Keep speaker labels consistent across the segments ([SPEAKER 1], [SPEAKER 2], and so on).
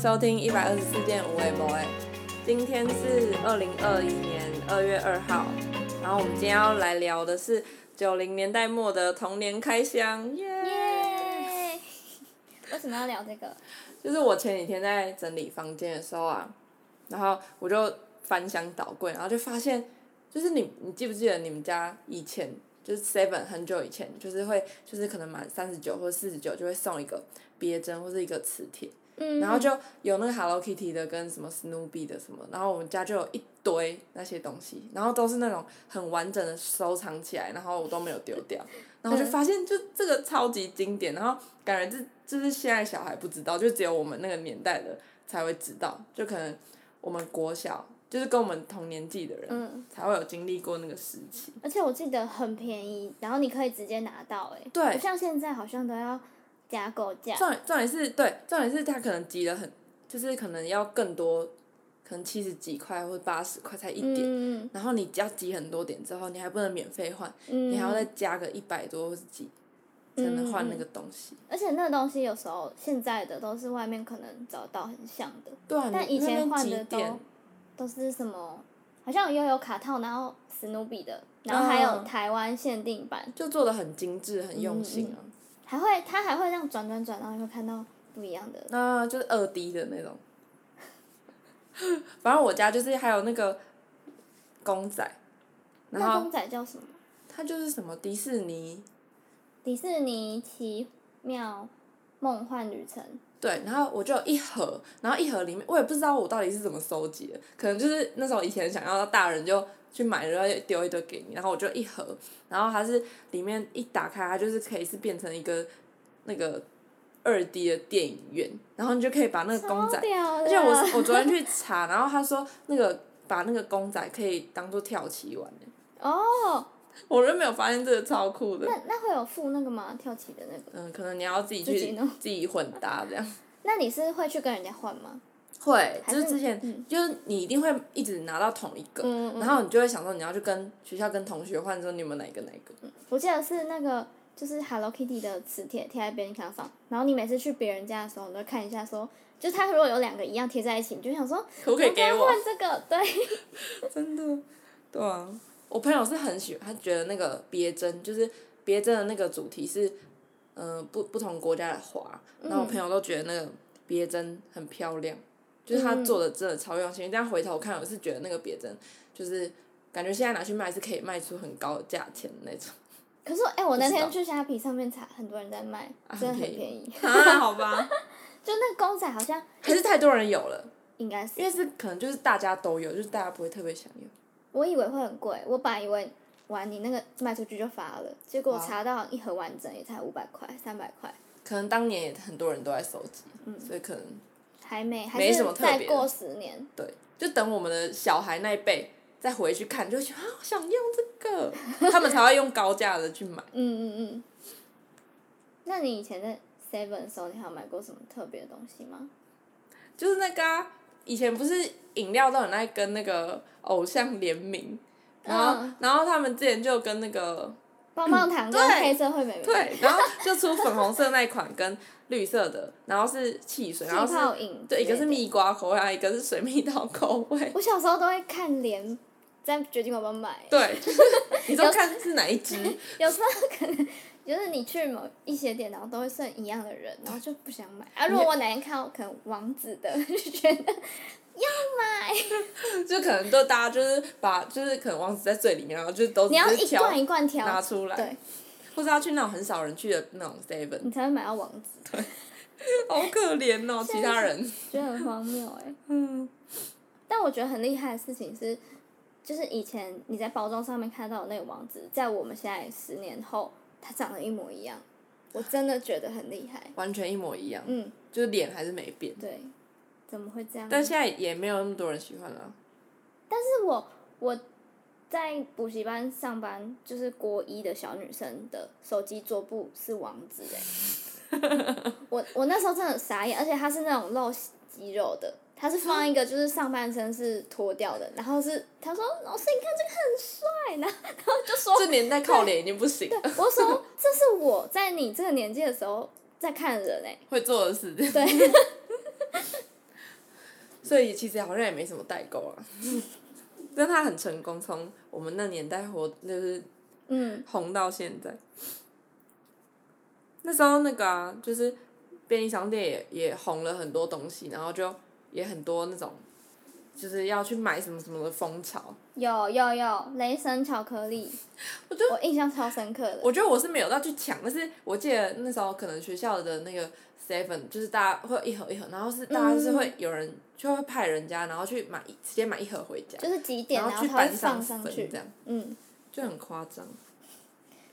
[SPEAKER 1] 收听一百二十四件无尾 boy。今天是二零二一年二月二号，然后我们今天要来聊的是九零年代末的童年开箱，耶、
[SPEAKER 2] 耶！ 为什么要聊这个？
[SPEAKER 1] 就是我前几天在整理房间的时候啊，然后我就翻箱倒柜，然后就发现，就是你你记不记得你们家以前就是 Seven 很久以前就是会就是可能满三十九或四十九就会送一个别针或是一个磁铁，
[SPEAKER 2] 嗯
[SPEAKER 1] 然后就有那个 Hello Kitty 的跟什么 Snoopy 的什么，然后我们家就有一堆那些东西，然后都是那种很完整的收藏起来，然后我都没有丢掉，然
[SPEAKER 2] 嗯
[SPEAKER 1] 后我就发现就这个超级经典，然后感觉这就是现在小孩不知道，就只有我们那个年代的才会知道，就可能我们国小就是跟我们同年纪的人、
[SPEAKER 2] 嗯，
[SPEAKER 1] 才会有经历过那个时期，
[SPEAKER 2] 而且我记得很便宜，然后你可以直接拿到、欸，哎，
[SPEAKER 1] 对
[SPEAKER 2] 不像现在好像都要加购价。
[SPEAKER 1] 重点重点是对，重点是他可能集了很，就是可能要更多，可能七十几块或八十块才一点。
[SPEAKER 2] 嗯
[SPEAKER 1] 然后你只要集很多点之后，你还不能免费换，
[SPEAKER 2] 嗯，嗯
[SPEAKER 1] 你还要再加个一百多或是几，才能换那个东西。
[SPEAKER 2] 而且那个东西有时候现在的都是外面可能找到很像的，
[SPEAKER 1] 对啊，
[SPEAKER 2] 但
[SPEAKER 1] 你
[SPEAKER 2] 以前
[SPEAKER 1] 那边
[SPEAKER 2] 换
[SPEAKER 1] 几
[SPEAKER 2] 的都
[SPEAKER 1] 点
[SPEAKER 2] 都是什么？好像有悠悠卡套，然后史努比的，然后还有
[SPEAKER 1] 嗯
[SPEAKER 2] 台湾限定版，
[SPEAKER 1] 就做的很精致，很
[SPEAKER 2] 嗯
[SPEAKER 1] 用心啊。
[SPEAKER 2] 还会它还会这样转转转，然后你会看到不一样的。
[SPEAKER 1] 那、就是二 D 的那种。 反正我家就是还有那个公仔，然
[SPEAKER 2] 那
[SPEAKER 1] 后
[SPEAKER 2] 公仔叫什么？
[SPEAKER 1] 它就是什么迪士尼
[SPEAKER 2] 迪士尼奇妙梦幻旅程。
[SPEAKER 1] 对，然后我就有一盒，然后一盒里面我也不知道我到底是怎么收集的，可能就是那时候以前想要大人就去买，然后就丢一堆给你，然后我就一盒，然后它是里面一打开，它就是可以是变成一个那个二 D 的电影院，然后你就可以把那个公仔
[SPEAKER 2] 超，屌的
[SPEAKER 1] 而且我我昨天去查，然后他说那个把那个公仔可以当做跳棋玩耶，
[SPEAKER 2] 哦，
[SPEAKER 1] 我就没有发现这个超酷的
[SPEAKER 2] 那，那会有附那个吗？跳棋的那个？
[SPEAKER 1] 嗯，可能你要自己去
[SPEAKER 2] 自己弄
[SPEAKER 1] 自己混搭这样。
[SPEAKER 2] 那你是会去跟人家换吗？
[SPEAKER 1] 会，
[SPEAKER 2] 还
[SPEAKER 1] 就是
[SPEAKER 2] 是
[SPEAKER 1] 之前、
[SPEAKER 2] 嗯
[SPEAKER 1] 就是你一定会一直拿到同一个，
[SPEAKER 2] 嗯嗯
[SPEAKER 1] 然后你就会想说你要去跟学校跟同学换，说你们哪一个哪一个，
[SPEAKER 2] 我记得是那个就是 Hello Kitty 的磁铁贴在便利卡上，然后你每次去别人家的时候，你都会看一下说，就它如果有两个一样贴在一起，你就想说
[SPEAKER 1] 可不可以给
[SPEAKER 2] 要
[SPEAKER 1] 我？
[SPEAKER 2] 换这个，对，
[SPEAKER 1] 真的，对啊，我朋友是很喜欢，他觉得那个别针就是别针的那个主题是，嗯、不不同国家的花，然后我朋友都觉得那个别针很漂亮，就是他做的真的超用心。这样回头看，我是觉得那个别针就是感觉现在拿去卖是可以卖出很高的价钱的那 种。
[SPEAKER 2] 可是哎、我那
[SPEAKER 1] 不知
[SPEAKER 2] 天
[SPEAKER 1] 道
[SPEAKER 2] 去虾皮上面查，很多人在卖，
[SPEAKER 1] 啊
[SPEAKER 2] 真的
[SPEAKER 1] 很
[SPEAKER 2] 很
[SPEAKER 1] 便宜
[SPEAKER 2] 便宜。
[SPEAKER 1] 啊，好 吧，
[SPEAKER 2] 就那个公仔好像
[SPEAKER 1] 还是太多人有了。
[SPEAKER 2] 应该是
[SPEAKER 1] 因，为是可能就是大家都有，就是大家不会特别想要。
[SPEAKER 2] 我以为会很贵，我本来以为玩你那个卖出去就发了，结果我
[SPEAKER 1] 哇
[SPEAKER 2] 查到一盒完整也才五百块、三百块，
[SPEAKER 1] 可能当年也很多人都在收集，所以可能
[SPEAKER 2] 还没，还
[SPEAKER 1] 没什
[SPEAKER 2] 是
[SPEAKER 1] 么特
[SPEAKER 2] 再
[SPEAKER 1] 别的
[SPEAKER 2] 过十年。
[SPEAKER 1] 对，就等我们的小孩那一辈再回去看，就会想啊，我想用这个，他们才会用高价的去买。
[SPEAKER 2] 嗯嗯嗯。那你以前在 Seven 的时候，你还有买过什么特别的东西吗？
[SPEAKER 1] 就是那个啊、以前不是饮料都很爱跟那个偶像联名，然后、
[SPEAKER 2] 嗯
[SPEAKER 1] 然后他们之前就跟那个
[SPEAKER 2] 棒棒糖跟
[SPEAKER 1] 嗯对
[SPEAKER 2] 黑社会美眉，
[SPEAKER 1] 对，然后就出粉红色那一款跟绿色的，然后是汽水，
[SPEAKER 2] 气
[SPEAKER 1] 然后
[SPEAKER 2] 泡
[SPEAKER 1] 是
[SPEAKER 2] 饮，
[SPEAKER 1] 对，一个是。蜜瓜口味，还有一个是水蜜桃口味。
[SPEAKER 2] 我小时候都会看脸，再决定要不要买。
[SPEAKER 1] 对，就是 你都看是哪一 只，
[SPEAKER 2] 有时候可能就是你去某一些店，然后都会剩一样的人，然后就不想买。啊，如果我哪天看到可能王子的，就觉得
[SPEAKER 1] 就可能都大家就是把就是可能王子在最里面，然后就都
[SPEAKER 2] 你要
[SPEAKER 1] 只是
[SPEAKER 2] 一
[SPEAKER 1] 挑
[SPEAKER 2] 罐一罐挑
[SPEAKER 1] 拿，出来，
[SPEAKER 2] 对，
[SPEAKER 1] 或者要去那种很少人去的那种 seven，
[SPEAKER 2] 你才会买到王子，
[SPEAKER 1] 好可怜哦，其他人
[SPEAKER 2] 觉得很荒谬 哎、嗯，但我觉得很厉害的事情是，就是以前你在包装上面看到的那个王子，在我们现在十年后，他长得一模一样，我真的觉得很厉害。
[SPEAKER 1] 完全一模一样，
[SPEAKER 2] 嗯，
[SPEAKER 1] 就是脸还是没变，
[SPEAKER 2] 对，怎么会这样呢？
[SPEAKER 1] 但现在也没有那么多人喜欢了。
[SPEAKER 2] 是我我在补习班上班，就是国一的小女生的手机桌布是王子哎、 我我那时候真的很傻眼，而且它是那种露肌肉的，它是放一个就是上半身是脱掉的，然后是他说老师你看这个很帅，然后然后 就说
[SPEAKER 1] 这年代靠脸已经不行了，
[SPEAKER 2] 我说这是我在欸你这个年纪的时候在看人哎、
[SPEAKER 1] 会做的事。
[SPEAKER 2] 对，
[SPEAKER 1] 所以其实好像也没什么代沟啊。 但他很成功，从我们那年代活就是
[SPEAKER 2] 嗯，
[SPEAKER 1] 红到现在。那时候那个啊，就是便利商店也也红了很多东西，然后就也很多那种，就是要去买什么什么的风潮。
[SPEAKER 2] 有有有，雷神巧克力，
[SPEAKER 1] 我就
[SPEAKER 2] 我印象超深刻的。
[SPEAKER 1] 我觉得我是没有到去抢，但是我记得那时候可能学校的那个 seven 就是大家会一盒一盒，然后是大家是
[SPEAKER 2] 嗯
[SPEAKER 1] 会有人就会派人家，然后去买一直接买一盒回家，
[SPEAKER 2] 就是几点，
[SPEAKER 1] 然
[SPEAKER 2] 然
[SPEAKER 1] 后去
[SPEAKER 2] 它会
[SPEAKER 1] 班
[SPEAKER 2] 放
[SPEAKER 1] 分
[SPEAKER 2] 上去
[SPEAKER 1] 这。样，
[SPEAKER 2] 嗯，
[SPEAKER 1] 就很夸张，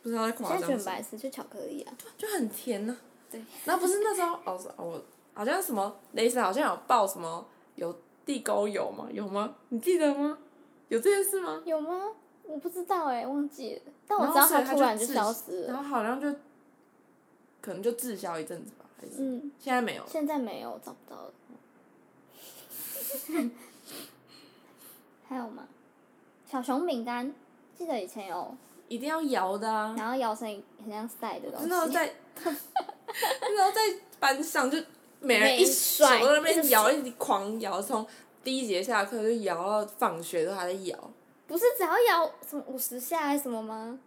[SPEAKER 1] 不知道在夸
[SPEAKER 2] 现在
[SPEAKER 1] 张
[SPEAKER 2] 卷
[SPEAKER 1] 什么，
[SPEAKER 2] 白是就巧克力啊。
[SPEAKER 1] 就很甜呢、
[SPEAKER 2] 对。
[SPEAKER 1] 然后不是那时候哦，是哦我好像什么雷神好像有报什么有地沟油吗？有吗？你记得吗？有这件事吗？
[SPEAKER 2] 有吗？我不知道哎、忘记了。但我
[SPEAKER 1] 然
[SPEAKER 2] 知
[SPEAKER 1] 后
[SPEAKER 2] 道
[SPEAKER 1] 所以它
[SPEAKER 2] 突然
[SPEAKER 1] 就
[SPEAKER 2] 就
[SPEAKER 1] 滞
[SPEAKER 2] 消失
[SPEAKER 1] 然
[SPEAKER 2] 了。
[SPEAKER 1] 后好像就可能就滞销一阵子吧，还是、
[SPEAKER 2] 嗯，
[SPEAKER 1] 现在没有了。
[SPEAKER 2] 现在没有，找不到了。 还有吗？小熊饼干，记得以前有，
[SPEAKER 1] 一定要摇的啊！
[SPEAKER 2] 然后摇成很像赛的东西。
[SPEAKER 1] 然后 在，然后在班上就每人一
[SPEAKER 2] 每
[SPEAKER 1] 手
[SPEAKER 2] 甩
[SPEAKER 1] 在那边
[SPEAKER 2] 一直
[SPEAKER 1] 摇，一直狂摇，从第一节下课就摇到放学都还在摇。
[SPEAKER 2] 不是只要摇什么五十下还是什么吗？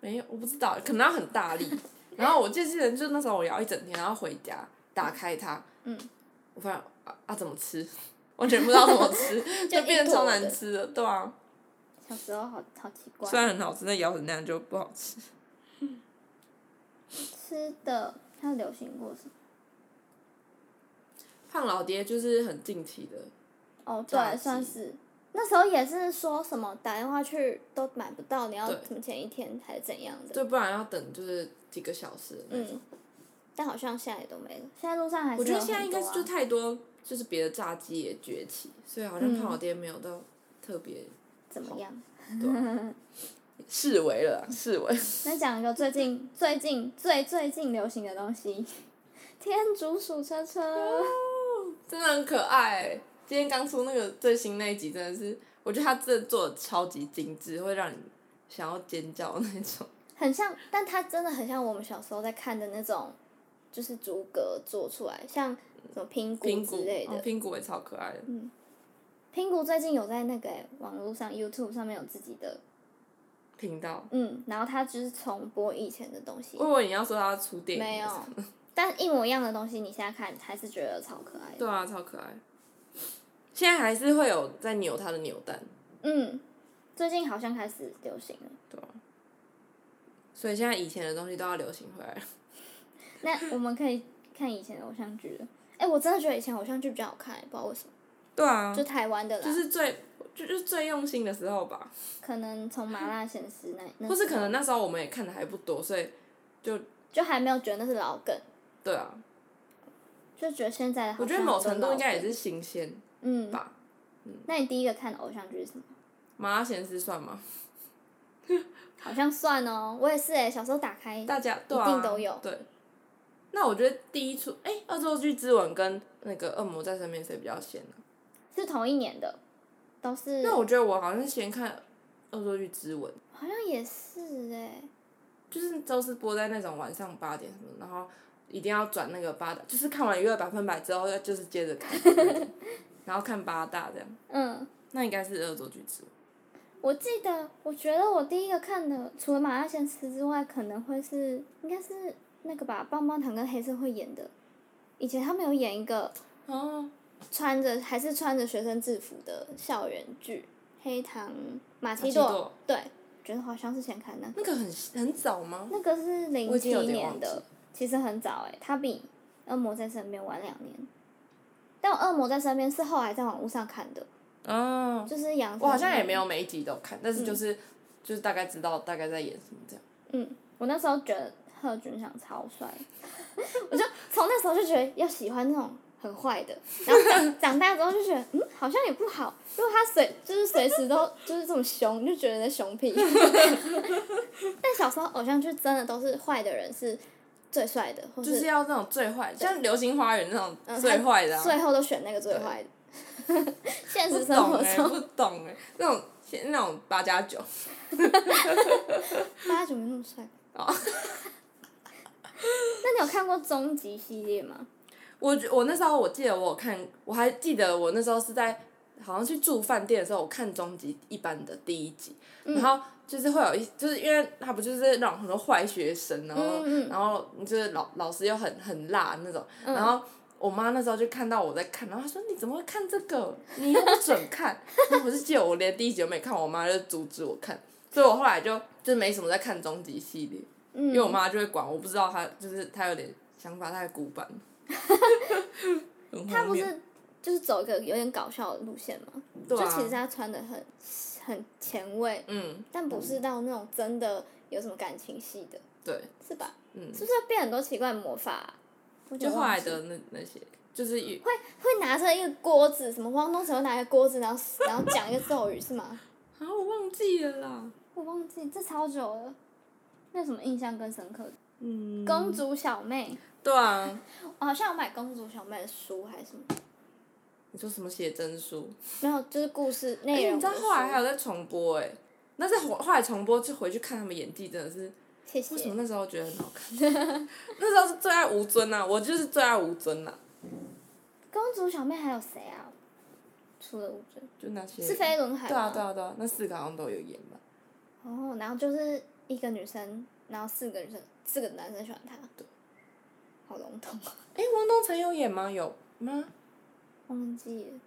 [SPEAKER 1] 没有，我不知道，可能要很大 力。然后我就记得，就那时候我摇一整天，然后回家打开它，
[SPEAKER 2] 嗯，
[SPEAKER 1] 我发现啊啊怎么吃， 完全不知道怎么吃，
[SPEAKER 2] 就
[SPEAKER 1] 就变得超
[SPEAKER 2] 一坨
[SPEAKER 1] 难
[SPEAKER 2] 的
[SPEAKER 1] 吃的，对啊。
[SPEAKER 2] 小时候好好奇怪。
[SPEAKER 1] 虽然很好吃，但摇成那样就不好吃。
[SPEAKER 2] 吃的它流行过什么？
[SPEAKER 1] 胖老爹就是很近期的，
[SPEAKER 2] 哦，
[SPEAKER 1] 炸
[SPEAKER 2] 对，
[SPEAKER 1] 鸡
[SPEAKER 2] 算是。那时候也是说什么打电话去都买不到，你要
[SPEAKER 1] 对
[SPEAKER 2] 什么前一天还是怎样的？
[SPEAKER 1] 就不然要等就是几个小时的那种。
[SPEAKER 2] 嗯，但好像现在也都没了。现在路上还是
[SPEAKER 1] 我觉得
[SPEAKER 2] 有
[SPEAKER 1] 现在
[SPEAKER 2] 很
[SPEAKER 1] 应该
[SPEAKER 2] 多
[SPEAKER 1] 是
[SPEAKER 2] 啊
[SPEAKER 1] 就太多，就是别的炸鸡也崛起，所以好像
[SPEAKER 2] 嗯
[SPEAKER 1] 胖老爹没有到特别
[SPEAKER 2] 怎么样？
[SPEAKER 1] 视为了啊，视为
[SPEAKER 2] 那讲一个最 近最近最最近流行的东西， 天竺鼠车车。
[SPEAKER 1] 真的很可爱欸、今天刚出那个最新那一集，真的是，我觉得他真的做的超级精致，会让你想要尖叫那种。
[SPEAKER 2] 很像，但它真的很像我们小时候在看的那种，就是竹格做出来，像什么拼 骨
[SPEAKER 1] 苹
[SPEAKER 2] 之
[SPEAKER 1] 果
[SPEAKER 2] 类，
[SPEAKER 1] 哦
[SPEAKER 2] 的。
[SPEAKER 1] 苹果也超可爱的。
[SPEAKER 2] 拼骨最近有在那个、欸网络上 YouTube 上面有自己的，
[SPEAKER 1] 频道，
[SPEAKER 2] 嗯，然后它就是重播以前的东西
[SPEAKER 1] 我，以为你要说他出电影，
[SPEAKER 2] 没有， 但一模一样的东西，你现在看还是觉得超可爱的。
[SPEAKER 1] 对啊，超可爱。现在还是会有在扭他的扭蛋，
[SPEAKER 2] 嗯，最近好像开始流行了。
[SPEAKER 1] 对啊。所以现在以前的东西都要流行回来 了。
[SPEAKER 2] 那我们可 以看以前的偶像剧了。哎、我真的觉得以前偶像剧比较好看、欸不知道为什么，
[SPEAKER 1] 对啊，
[SPEAKER 2] 就台湾的啦，
[SPEAKER 1] 就是最就就是最用心的时候吧，
[SPEAKER 2] 可能从麻辣鲜 师那，那
[SPEAKER 1] 或是
[SPEAKER 2] 时候
[SPEAKER 1] 可能那时候我们也看的还不多，所以
[SPEAKER 2] 就还没有觉得那是老梗，
[SPEAKER 1] 对啊，
[SPEAKER 2] 就觉得现在好
[SPEAKER 1] 我觉得
[SPEAKER 2] 像
[SPEAKER 1] 某
[SPEAKER 2] 很多
[SPEAKER 1] 程度
[SPEAKER 2] 老
[SPEAKER 1] 应该也
[SPEAKER 2] 梗
[SPEAKER 1] 是新鲜。
[SPEAKER 2] 嗯
[SPEAKER 1] 吧
[SPEAKER 2] 那你第一个看的偶像剧是什么？
[SPEAKER 1] 麻辣鲜师算吗？
[SPEAKER 2] 好像算哦，我也是哎、小时候打开
[SPEAKER 1] 大家对啊，
[SPEAKER 2] 一定都有
[SPEAKER 1] 对。那我觉得第一出，哎、恶作剧之吻》跟那个《恶魔在身边》谁比较先呢、
[SPEAKER 2] 是同一年的，都是
[SPEAKER 1] 那我觉得我好像先看《恶作剧之吻》，
[SPEAKER 2] 好像也是哎、
[SPEAKER 1] 就是都是播在那种晚上八点什么，然后一定要转那个八大，就是看完娱乐百分百之后，就是接着看，然后看八大这样。
[SPEAKER 2] 嗯，
[SPEAKER 1] 那应该是《恶作剧之吻》。
[SPEAKER 2] 我记得，我觉得我第一个看的除了麻辣鲜师之外，可能会是应该是那个吧，棒棒糖跟黑社会演的。以前他们有演一个
[SPEAKER 1] 哦，
[SPEAKER 2] 穿着还是穿着学生制服的校园剧，《黑糖玛奇
[SPEAKER 1] 奇
[SPEAKER 2] 朵》
[SPEAKER 1] 朵
[SPEAKER 2] 对，觉得好像是先看那个。
[SPEAKER 1] 那个很很早吗？
[SPEAKER 2] 那个是零
[SPEAKER 1] 我已
[SPEAKER 2] 七
[SPEAKER 1] 经有点
[SPEAKER 2] 年
[SPEAKER 1] 忘记
[SPEAKER 2] 的，其实很早哎、欸，它比《恶魔在身边》晚两年。但我《恶魔在身边》是后来在网络上看的，
[SPEAKER 1] 哦，
[SPEAKER 2] 就是杨。
[SPEAKER 1] 我好像也没。有每一集都看，但是就是、就是大概知道大概在演什么这样。
[SPEAKER 2] 嗯，我那时候觉得贺军翔超帅，我就 从那时候就觉得要喜欢那种很坏的，然后长长大之后就觉得，嗯，好像也不好，如果他随就是随时都 就是这么凶，就觉得在 凶屁。但小时候偶像剧真的都是坏的人是最帅的，或
[SPEAKER 1] 就是要那种最坏，像《流星花园》那种
[SPEAKER 2] 嗯
[SPEAKER 1] 最坏的、啊。
[SPEAKER 2] 最后都选那个最坏的。 现
[SPEAKER 1] 不
[SPEAKER 2] 实生
[SPEAKER 1] 懂
[SPEAKER 2] 活
[SPEAKER 1] 哎、
[SPEAKER 2] 中，
[SPEAKER 1] 不懂哎、那种那种八加九，
[SPEAKER 2] 八九没那么 帅。
[SPEAKER 1] 哦
[SPEAKER 2] 那你有看过终极系列吗？
[SPEAKER 1] 我觉我那时候我记得我有看，我还记得我那时候是在好像去住饭店的时候，我看终极一班的第一集，
[SPEAKER 2] 嗯
[SPEAKER 1] 然后就是会有一，就是因为他不就是那种很多坏学生，然后、
[SPEAKER 2] 嗯嗯
[SPEAKER 1] 然后就是老老师又很很辣那种，
[SPEAKER 2] 嗯
[SPEAKER 1] 然后。我妈那时候就看到我在看，然后她说：“你怎么会看这个？你又不准看。”然后我是记得我连第一集都没看，我妈就阻止我看，所以我后来就就没什么在看终极系列。
[SPEAKER 2] 嗯，
[SPEAKER 1] 因为我妈就会管，我不知道她就是她有点想法，她在古板。
[SPEAKER 2] 他嗯不是就是走一个有点搞笑的路线吗？
[SPEAKER 1] 对
[SPEAKER 2] 就其实
[SPEAKER 1] 啊，
[SPEAKER 2] 他穿的很很前卫，
[SPEAKER 1] 嗯，
[SPEAKER 2] 但不是到那种真的有什么感情戏的，
[SPEAKER 1] 对，
[SPEAKER 2] 是吧？
[SPEAKER 1] 嗯
[SPEAKER 2] 是，不是要变很多奇怪的魔法啊、我有
[SPEAKER 1] 就
[SPEAKER 2] 点
[SPEAKER 1] 后
[SPEAKER 2] 忘
[SPEAKER 1] 来
[SPEAKER 2] 记
[SPEAKER 1] 的那那些，就是也
[SPEAKER 2] 会拿着一个锅子，什么汪东城会拿一个锅子，然后然后讲一个咒语是吗？
[SPEAKER 1] 啊，我忘记了啦，
[SPEAKER 2] 我忘记，这超久了。那有什么印象更深刻的？
[SPEAKER 1] 嗯，
[SPEAKER 2] 公主小妹，
[SPEAKER 1] 对啊，
[SPEAKER 2] 我好像有买公主小妹的书还是什么？
[SPEAKER 1] 你说什么写真书？
[SPEAKER 2] 没有，就是故事
[SPEAKER 1] 哎、
[SPEAKER 2] 内容
[SPEAKER 1] 你知
[SPEAKER 2] 的
[SPEAKER 1] 道
[SPEAKER 2] 书。
[SPEAKER 1] 后来还有在重播哎、那是后后来重播，就回去看他们演技，真的是
[SPEAKER 2] 谢
[SPEAKER 1] 为什么
[SPEAKER 2] 谢。
[SPEAKER 1] 那时候觉得很好看？ 那时候是最爱吴尊呐、啊，我就是最爱吴尊呐、啊，
[SPEAKER 2] 公主小妹还有谁啊？除了吴尊，
[SPEAKER 1] 就那些
[SPEAKER 2] 是飞轮海
[SPEAKER 1] 对啊
[SPEAKER 2] 吗
[SPEAKER 1] 对啊对啊，那四个好像都有演吧？
[SPEAKER 2] 哦，然后就是一个女生，然后四个女生，四个男生喜欢她。对。好笼统，啊
[SPEAKER 1] 哎、汪东城有演吗？有吗？
[SPEAKER 2] 忘记了。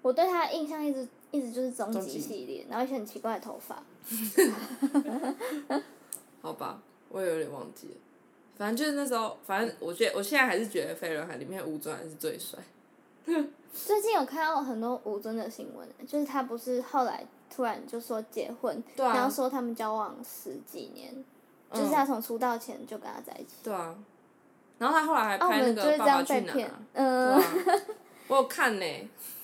[SPEAKER 2] 我对她的印象一直一直就是终
[SPEAKER 1] 终
[SPEAKER 2] 极
[SPEAKER 1] 极
[SPEAKER 2] 系列，然后一些很奇怪的头发。
[SPEAKER 1] 好吧，我也有点忘记了。反正就是那时候，反正我觉得我现在还是觉得《飞轮海》里面吴尊还是最帅。
[SPEAKER 2] 最近有看到很多吴尊的新闻，欸就是他不是后来突然就说结婚，
[SPEAKER 1] 对啊
[SPEAKER 2] 然后说他们交往十几年，就是
[SPEAKER 1] 嗯
[SPEAKER 2] 他从出道前就跟他在一起。
[SPEAKER 1] 对啊，然后他后来还
[SPEAKER 2] 啊，我
[SPEAKER 1] 拍那
[SPEAKER 2] 们就
[SPEAKER 1] 个
[SPEAKER 2] 是
[SPEAKER 1] 《
[SPEAKER 2] 这
[SPEAKER 1] 爸爸
[SPEAKER 2] 样
[SPEAKER 1] 去
[SPEAKER 2] 被
[SPEAKER 1] 哪啊
[SPEAKER 2] 骗》。
[SPEAKER 1] 对
[SPEAKER 2] 嗯，
[SPEAKER 1] 啊，我有看呢、啊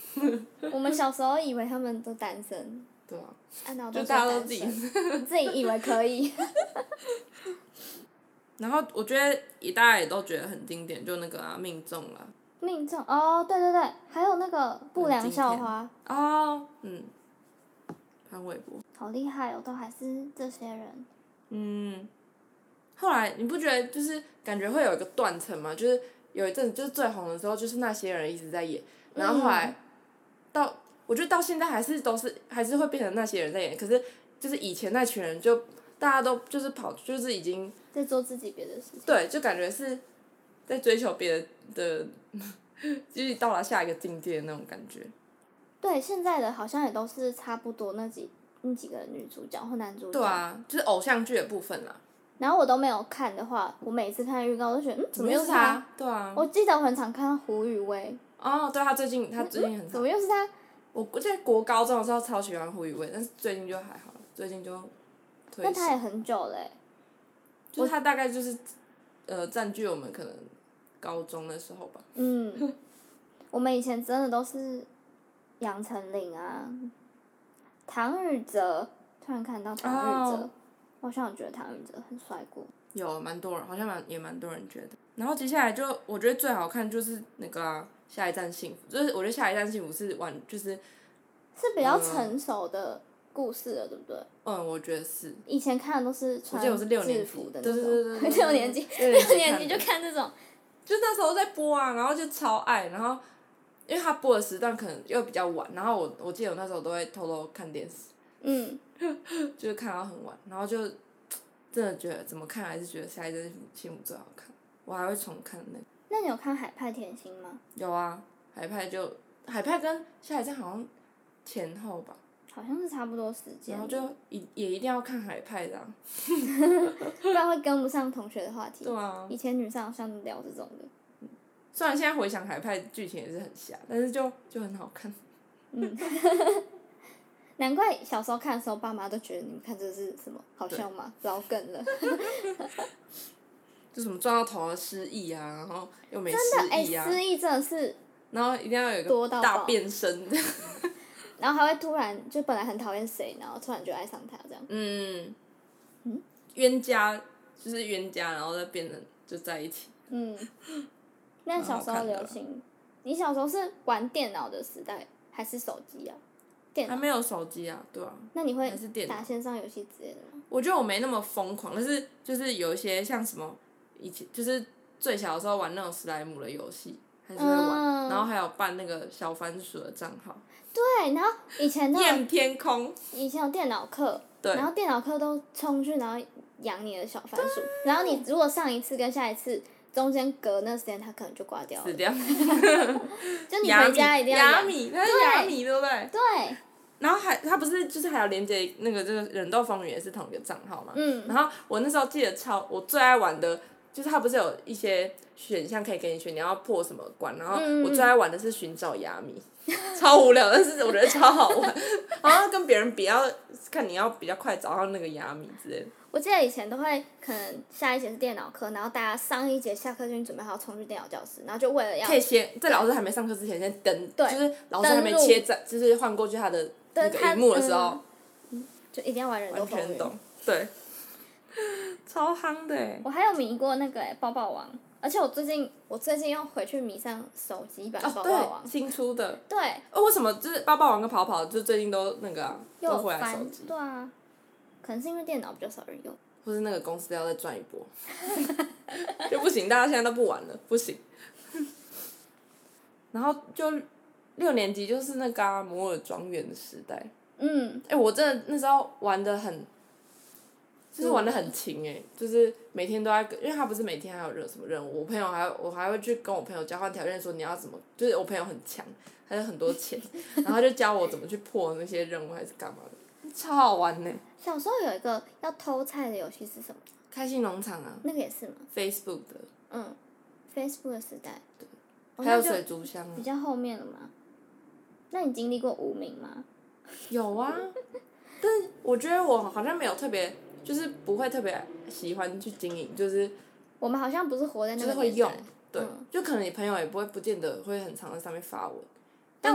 [SPEAKER 2] 我们小时候以为他们都单身，
[SPEAKER 1] 对啊，
[SPEAKER 2] 按照
[SPEAKER 1] 就
[SPEAKER 2] 都
[SPEAKER 1] 大家都
[SPEAKER 2] 单
[SPEAKER 1] 自己
[SPEAKER 2] 身，自己以为可以。
[SPEAKER 1] 然后我觉得也大家也都觉得很经典，就那个啊命中了。
[SPEAKER 2] 命中哦，对对对，还有那个不良校花，
[SPEAKER 1] 哦，嗯，潘玮柏，
[SPEAKER 2] 好厉害哦，都还是这些人。
[SPEAKER 1] 嗯。后来你不觉得就是感觉会有一个断层吗？就是有一阵子就是最红的时候，就是那些人一直在演，然后后来到我觉得到现在还是都是还是会变成那些人在演，可是就是以前那群人就大家都就是跑就是已经
[SPEAKER 2] 在做自己别的事情。
[SPEAKER 1] 对，就感觉是在追求别的的，就是到达下一个境界的那种感觉。
[SPEAKER 2] 对，现在的好像也都是差不多那几那几个女主角或男主角。
[SPEAKER 1] 对啊，就是偶像剧的部分啦，
[SPEAKER 2] 然后我都没有看的话，我每次看预告都觉得，嗯，怎么又
[SPEAKER 1] 又
[SPEAKER 2] 是
[SPEAKER 1] 是
[SPEAKER 2] 他？？
[SPEAKER 1] 对啊，
[SPEAKER 2] 我记得我很常看到胡宇威，
[SPEAKER 1] 哦，对他最近他最近很
[SPEAKER 2] 怎
[SPEAKER 1] 少，
[SPEAKER 2] 么又是他？
[SPEAKER 1] 我我记得国高中的时候超喜欢胡宇威，但是最近就还好了，最近就退
[SPEAKER 2] 那他
[SPEAKER 1] 下，
[SPEAKER 2] 也很久嘞、
[SPEAKER 1] 就是他大概就是呃占据我们可能高中的时候吧。
[SPEAKER 2] 嗯，我们以前真的都是杨丞琳啊，唐禹哲，突然看到唐禹哲
[SPEAKER 1] 哦
[SPEAKER 2] 我好像有觉得唐禹哲很帅过。
[SPEAKER 1] 有蛮多人，好像蛮也蛮多人觉得。然后接下来就我觉得最好看就是那个啊、下一站幸福》，就是我觉得《下一站幸福》是完就是
[SPEAKER 2] 是比较
[SPEAKER 1] 嗯
[SPEAKER 2] 成熟的故事了，对不对？
[SPEAKER 1] 嗯，我觉得是。
[SPEAKER 2] 以前看的都是
[SPEAKER 1] 我
[SPEAKER 2] 穿
[SPEAKER 1] 记得我是六
[SPEAKER 2] 制
[SPEAKER 1] 年
[SPEAKER 2] 服
[SPEAKER 1] 级
[SPEAKER 2] 的那
[SPEAKER 1] 对对
[SPEAKER 2] 种，
[SPEAKER 1] 对对对
[SPEAKER 2] 六年级，
[SPEAKER 1] 六
[SPEAKER 2] 六
[SPEAKER 1] 年级看的
[SPEAKER 2] 年级就看这种，
[SPEAKER 1] 就那时候在播啊，然后就超爱，然后因为他播的时段可能又比较晚，然后我我记得我那时候都会偷偷看电视，
[SPEAKER 2] 嗯，
[SPEAKER 1] 就是看到很晚，然后就真的觉得怎么看还是觉得《下一站幸福》幸福最好看，我还会重看那个。
[SPEAKER 2] 那你有看《海派甜心》吗？
[SPEAKER 1] 有啊，海派就海派跟下一站好像前后吧。
[SPEAKER 2] 好像是差不多时间
[SPEAKER 1] 然，后嗯就一也一定要看海派的、啊，
[SPEAKER 2] 不然会跟不上同学的话题
[SPEAKER 1] 对。啊。
[SPEAKER 2] 以前女生好像都聊这种的，
[SPEAKER 1] 虽然现在回想海派剧情也是很瞎，但是就就很好看。
[SPEAKER 2] 难怪小时候看的时候，爸妈都觉得你们看这是什么好笑吗？老梗 了，
[SPEAKER 1] 就什么撞到头了失忆啊，然后又没失
[SPEAKER 2] 真的哎，
[SPEAKER 1] 忆啊，
[SPEAKER 2] 失忆真的是，
[SPEAKER 1] 然后一定要有一
[SPEAKER 2] 多
[SPEAKER 1] 个
[SPEAKER 2] 到
[SPEAKER 1] 大
[SPEAKER 2] 爆
[SPEAKER 1] 变身。
[SPEAKER 2] 然后还会突然就本来很讨厌谁，然后突然就爱上他这样。
[SPEAKER 1] 嗯，冤家就是冤家，然后再变成就在一起。
[SPEAKER 2] 嗯，那小时候流
[SPEAKER 1] 啊
[SPEAKER 2] 行，你小时候是玩电脑的时代还是手机啊？电
[SPEAKER 1] 还
[SPEAKER 2] 脑？
[SPEAKER 1] 没有手机啊，对啊。
[SPEAKER 2] 那你会
[SPEAKER 1] 还是电脑
[SPEAKER 2] 打线上游戏之类的吗？
[SPEAKER 1] 我觉得我没那么疯狂，但是就是有一些像什么以前就是最小的时候玩那种史莱姆的游戏，还是会玩。
[SPEAKER 2] 嗯
[SPEAKER 1] 然后还有办那个小番薯的账号，
[SPEAKER 2] 对，然后以前都有
[SPEAKER 1] 燕天空，
[SPEAKER 2] 以前有电脑课，
[SPEAKER 1] 对
[SPEAKER 2] 然后电脑课都冲去，然后养你的小番薯，然后你如果上一次跟下一次中间隔那时间，它可能就挂掉了
[SPEAKER 1] 死。 掉。
[SPEAKER 2] 就你
[SPEAKER 1] 雅
[SPEAKER 2] 回
[SPEAKER 1] 米，
[SPEAKER 2] 家一定要
[SPEAKER 1] 雅
[SPEAKER 2] 养。
[SPEAKER 1] 米，它是雅米，对不对？
[SPEAKER 2] 对，
[SPEAKER 1] 然后还它不是就是还有连接那个就是忍豆风云也是同一个账号嘛。
[SPEAKER 2] 嗯，
[SPEAKER 1] 然后我那时候记得超我最爱玩的，就是它不是有一些选项可以给你选，你要破什么关，然后
[SPEAKER 2] 嗯嗯
[SPEAKER 1] 我最爱玩的是寻找雅米，超无聊，但是我觉得超好 玩，然后跟别人比要看你要比较快找到那个雅米之类的，
[SPEAKER 2] 我记得以前都会可能下一节是电脑课，然后大家上一节下课就已经准备好冲去电脑教室，然后就为了要
[SPEAKER 1] 可以先在老师还没上课之前先登，
[SPEAKER 2] 对
[SPEAKER 1] 就是老师还没
[SPEAKER 2] 登录
[SPEAKER 1] 切在，就是换过去他的那
[SPEAKER 2] 对
[SPEAKER 1] 个
[SPEAKER 2] 他
[SPEAKER 1] 荧幕的时候。
[SPEAKER 2] 嗯就一定要玩人都
[SPEAKER 1] 完
[SPEAKER 2] 风
[SPEAKER 1] 全
[SPEAKER 2] 云。
[SPEAKER 1] 懂，对，超夯的欸
[SPEAKER 2] 我还有迷过那个欸抱抱王，而且我最近我最近又回去迷上手机版抱抱
[SPEAKER 1] 哦，
[SPEAKER 2] 王
[SPEAKER 1] 对，，新出的，
[SPEAKER 2] 对，
[SPEAKER 1] 哦，为什么就是抱抱王跟跑跑就最近都那个、啊、
[SPEAKER 2] 又
[SPEAKER 1] 都
[SPEAKER 2] 有
[SPEAKER 1] 回来手
[SPEAKER 2] 翻，
[SPEAKER 1] 机，
[SPEAKER 2] 对啊，可能是因为电脑比较少人用。
[SPEAKER 1] 或是那个公司要再赚一波， 就不行，大家现在都不玩了，不行。然后就六年级就是那个、啊、摩尔庄园的时代，
[SPEAKER 2] 嗯，
[SPEAKER 1] 哎、我真的那时候玩的很，就是玩的很勤哎、就是每天都在跟，因为他不是每天还有任什么任务，我朋友还我还会去跟我朋友交换条件，说你要怎么，就是我朋友很强，还有很多 钱，然后他就教我怎么去破那些任务还是干嘛的， 超好玩呢、
[SPEAKER 2] 小时候有一个要偷菜的游戏是什么？
[SPEAKER 1] 开心农场啊
[SPEAKER 2] 那个也是嘛，
[SPEAKER 1] ，Facebook 的，
[SPEAKER 2] 嗯，Facebook 的时代，哦
[SPEAKER 1] 还有
[SPEAKER 2] 那就
[SPEAKER 1] 水族箱啊
[SPEAKER 2] 比，较后面了嘛。那你经历过无名吗？
[SPEAKER 1] 有啊，但是我觉得我好像没有特别，就是不会特别喜欢去经营，就是。
[SPEAKER 2] 我们好像不是活在那
[SPEAKER 1] 就
[SPEAKER 2] 个
[SPEAKER 1] 是会
[SPEAKER 2] 年
[SPEAKER 1] 用
[SPEAKER 2] 代，
[SPEAKER 1] 对，
[SPEAKER 2] 嗯
[SPEAKER 1] 就可能你朋友也不会不见得会很常在上面发文，
[SPEAKER 2] 但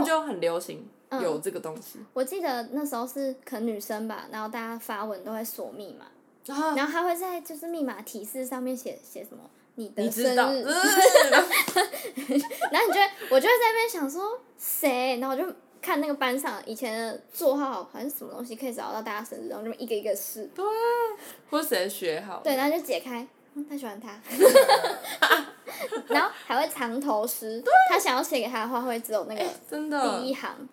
[SPEAKER 1] 但
[SPEAKER 2] 我
[SPEAKER 1] 就很流行、
[SPEAKER 2] 嗯
[SPEAKER 1] 有这个东西。
[SPEAKER 2] 我记得那时候是可能女生吧，然后大家发文都会锁密码，
[SPEAKER 1] 然后
[SPEAKER 2] 然后她会在就是密码提示上面写写什么你的
[SPEAKER 1] 你
[SPEAKER 2] 生
[SPEAKER 1] 知
[SPEAKER 2] 日，
[SPEAKER 1] 道，
[SPEAKER 2] 然
[SPEAKER 1] 嗯
[SPEAKER 2] 后你就会我就会在那边想说谁，然后我就看那个班上以前的座号好像是什么东西可以找到大家生日，然后就一个一个试，
[SPEAKER 1] 或是谁学好？
[SPEAKER 2] 对，然后就解开，嗯，他喜欢他， 然后还会藏头诗，他想要写给他的话会只有那个
[SPEAKER 1] 真
[SPEAKER 2] 第一
[SPEAKER 1] 的，
[SPEAKER 2] 行。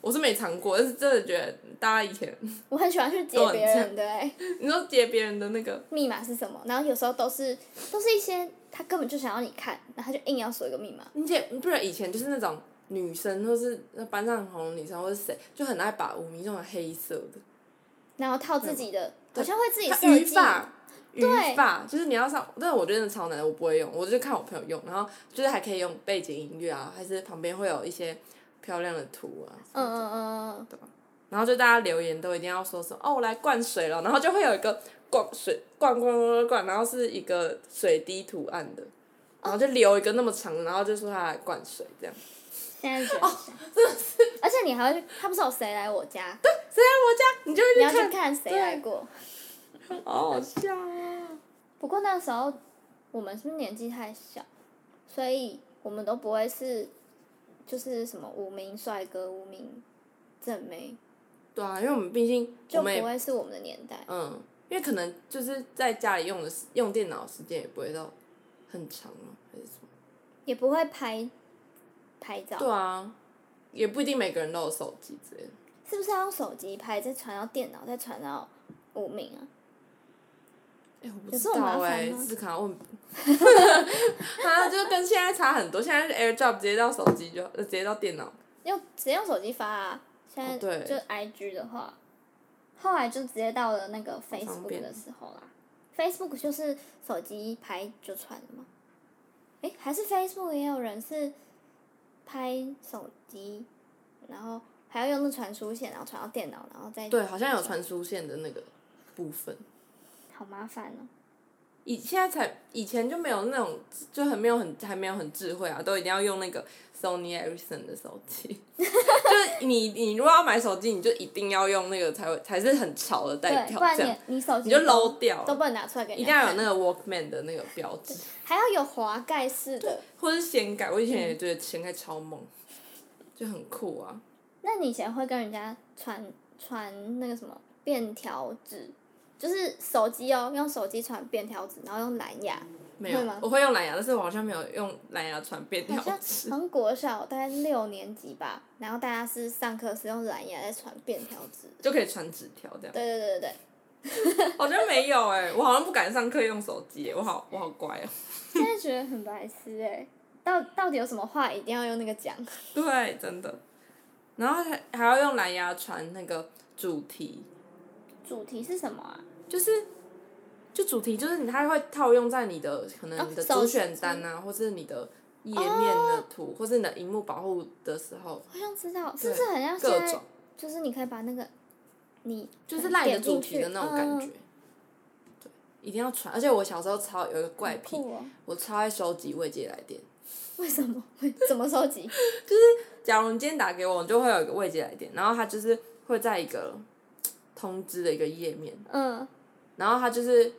[SPEAKER 1] 我是没尝过，但是真的觉得大家以前
[SPEAKER 2] 我很喜欢去解别人的、欸、
[SPEAKER 1] 你说截别人的那个，
[SPEAKER 2] 密码是什么，然后有时候都是都是一些他根本就想要你看，然后他就硬要说一个密码。
[SPEAKER 1] 而且不然以前就是那种女生或是那班上很红的女生或是谁，就很爱把无名用成黑色的。
[SPEAKER 2] 然后套自己的，好像会自己
[SPEAKER 1] 它
[SPEAKER 2] 设
[SPEAKER 1] 语
[SPEAKER 2] 计。
[SPEAKER 1] 法，语
[SPEAKER 2] 对
[SPEAKER 1] 法就是你要上，但是我觉得超难的，我不会用，我就看我朋友用，然后就是还可以用背景音乐啊，还是旁边会有一些漂亮的图啊，
[SPEAKER 2] 嗯嗯嗯嗯，
[SPEAKER 1] 然后就大家留言都一定要说什么哦，我来灌水了，然后就会有一个灌水灌灌灌灌灌，然后是一个水滴图案的。然后就留一个那么长的，然后就说他来灌水这样。
[SPEAKER 2] 现在
[SPEAKER 1] 哦
[SPEAKER 2] 觉得是。而且你还会去，他不是有谁来我家，
[SPEAKER 1] 你就
[SPEAKER 2] 你
[SPEAKER 1] 会
[SPEAKER 2] 要
[SPEAKER 1] 去
[SPEAKER 2] 去
[SPEAKER 1] 看，
[SPEAKER 2] 看谁来过。
[SPEAKER 1] 好好笑啊！
[SPEAKER 2] 不过那时候我们是不是年纪太小，所以我们都不会是就是什么无名帅哥、无名正妹，
[SPEAKER 1] 对啊，因为我们毕竟我
[SPEAKER 2] 就
[SPEAKER 1] 们也
[SPEAKER 2] 不会是我们的年代。
[SPEAKER 1] 嗯，因为可能就是在家里用的时用电脑的时间也不会到很长嘛，还是什么？
[SPEAKER 2] 也不会拍拍照，
[SPEAKER 1] 对啊，也不一定每个人都有手机之类的。
[SPEAKER 2] 是不是要用手机拍，再传到电脑，再传到无名啊？
[SPEAKER 1] 哎、我不
[SPEAKER 2] 有
[SPEAKER 1] 知
[SPEAKER 2] 这种麻
[SPEAKER 1] 道
[SPEAKER 2] 烦
[SPEAKER 1] 哎、
[SPEAKER 2] 吗
[SPEAKER 1] 思考问， 啊，就跟现在差很多。现在是 AirDrop 直接到手机就呃直接到电脑，
[SPEAKER 2] 用直接用手机发啊！现在
[SPEAKER 1] 哦对
[SPEAKER 2] 就 IG 的话，后来就直接到了那个
[SPEAKER 1] 方
[SPEAKER 2] Facebook
[SPEAKER 1] 便
[SPEAKER 2] 的时候啦。Facebook 就是手机一拍就传了嘛。诶，还是 Facebook 也有人是拍手机，然后还要用那传输线，然后传到电脑，然后再
[SPEAKER 1] 对，好像有传输线的那个部分。
[SPEAKER 2] 好麻烦哦。
[SPEAKER 1] 以现在才以前就没有那种就很没有很还没有很智慧啊，都一定要用那个 Sony Ericsson 的手机。 就是你你如果要买手机，你就一定要用那个才会才是很潮的代
[SPEAKER 2] 对，
[SPEAKER 1] 表
[SPEAKER 2] 不，然
[SPEAKER 1] 这样
[SPEAKER 2] 你你手机
[SPEAKER 1] 你就
[SPEAKER 2] 都
[SPEAKER 1] low 掉
[SPEAKER 2] 都
[SPEAKER 1] 了，
[SPEAKER 2] 不能拿出来给
[SPEAKER 1] 一定
[SPEAKER 2] 人家
[SPEAKER 1] 要有
[SPEAKER 2] 看，
[SPEAKER 1] 那个 Walkman 的那个标志，
[SPEAKER 2] 还要有滑盖式的。
[SPEAKER 1] 或是掀盖。我以前也觉得掀盖超猛，就很酷啊。
[SPEAKER 2] 那你以前会跟人家传传那个什么便条纸，就是手机哦，用手机传便条纸，然后用蓝牙，
[SPEAKER 1] 没有
[SPEAKER 2] 会吗，
[SPEAKER 1] 我会用蓝牙，但是我好像没有用蓝牙传 便条
[SPEAKER 2] 好像
[SPEAKER 1] 纸。
[SPEAKER 2] 好像国小大概六年级吧，然后大家是上课是用蓝牙在传便条纸，
[SPEAKER 1] 就可以传纸条这样，
[SPEAKER 2] 对对对对对，
[SPEAKER 1] 好像没有哎、我好像不敢上课用手机、欸，我好我好乖哦、
[SPEAKER 2] 现在觉得很白痴哎、到到底有什么话一定要用那个讲？
[SPEAKER 1] 对，真的。然后还还要用蓝牙传那个主题，
[SPEAKER 2] 主题是什么啊？
[SPEAKER 1] 就是就主题就是你它会套用在你的可能你的
[SPEAKER 2] 哦手
[SPEAKER 1] 主
[SPEAKER 2] 机哦
[SPEAKER 1] 选单啊，或是你的页面的图，或是你的荧幕保护的时候，
[SPEAKER 2] 好像知道，是
[SPEAKER 1] 对
[SPEAKER 2] 不是很像
[SPEAKER 1] 各
[SPEAKER 2] 现在
[SPEAKER 1] 种
[SPEAKER 2] 就是你可以把那个你
[SPEAKER 1] 就是
[SPEAKER 2] 嗯
[SPEAKER 1] 赖的
[SPEAKER 2] 点
[SPEAKER 1] 主
[SPEAKER 2] 进
[SPEAKER 1] 题
[SPEAKER 2] 去
[SPEAKER 1] 的那种感觉。
[SPEAKER 2] 嗯
[SPEAKER 1] 对，一定要传，而且我小时候超有一个怪癖，
[SPEAKER 2] 酷哦，
[SPEAKER 1] 我超爱收集未接来电。
[SPEAKER 2] 为什么？ 怎么收集？
[SPEAKER 1] 假如你今天打给我，你就会有一个未接来电，然后它就是会在一个嘖通知的一个页面，
[SPEAKER 2] 嗯，
[SPEAKER 1] 然后它就是，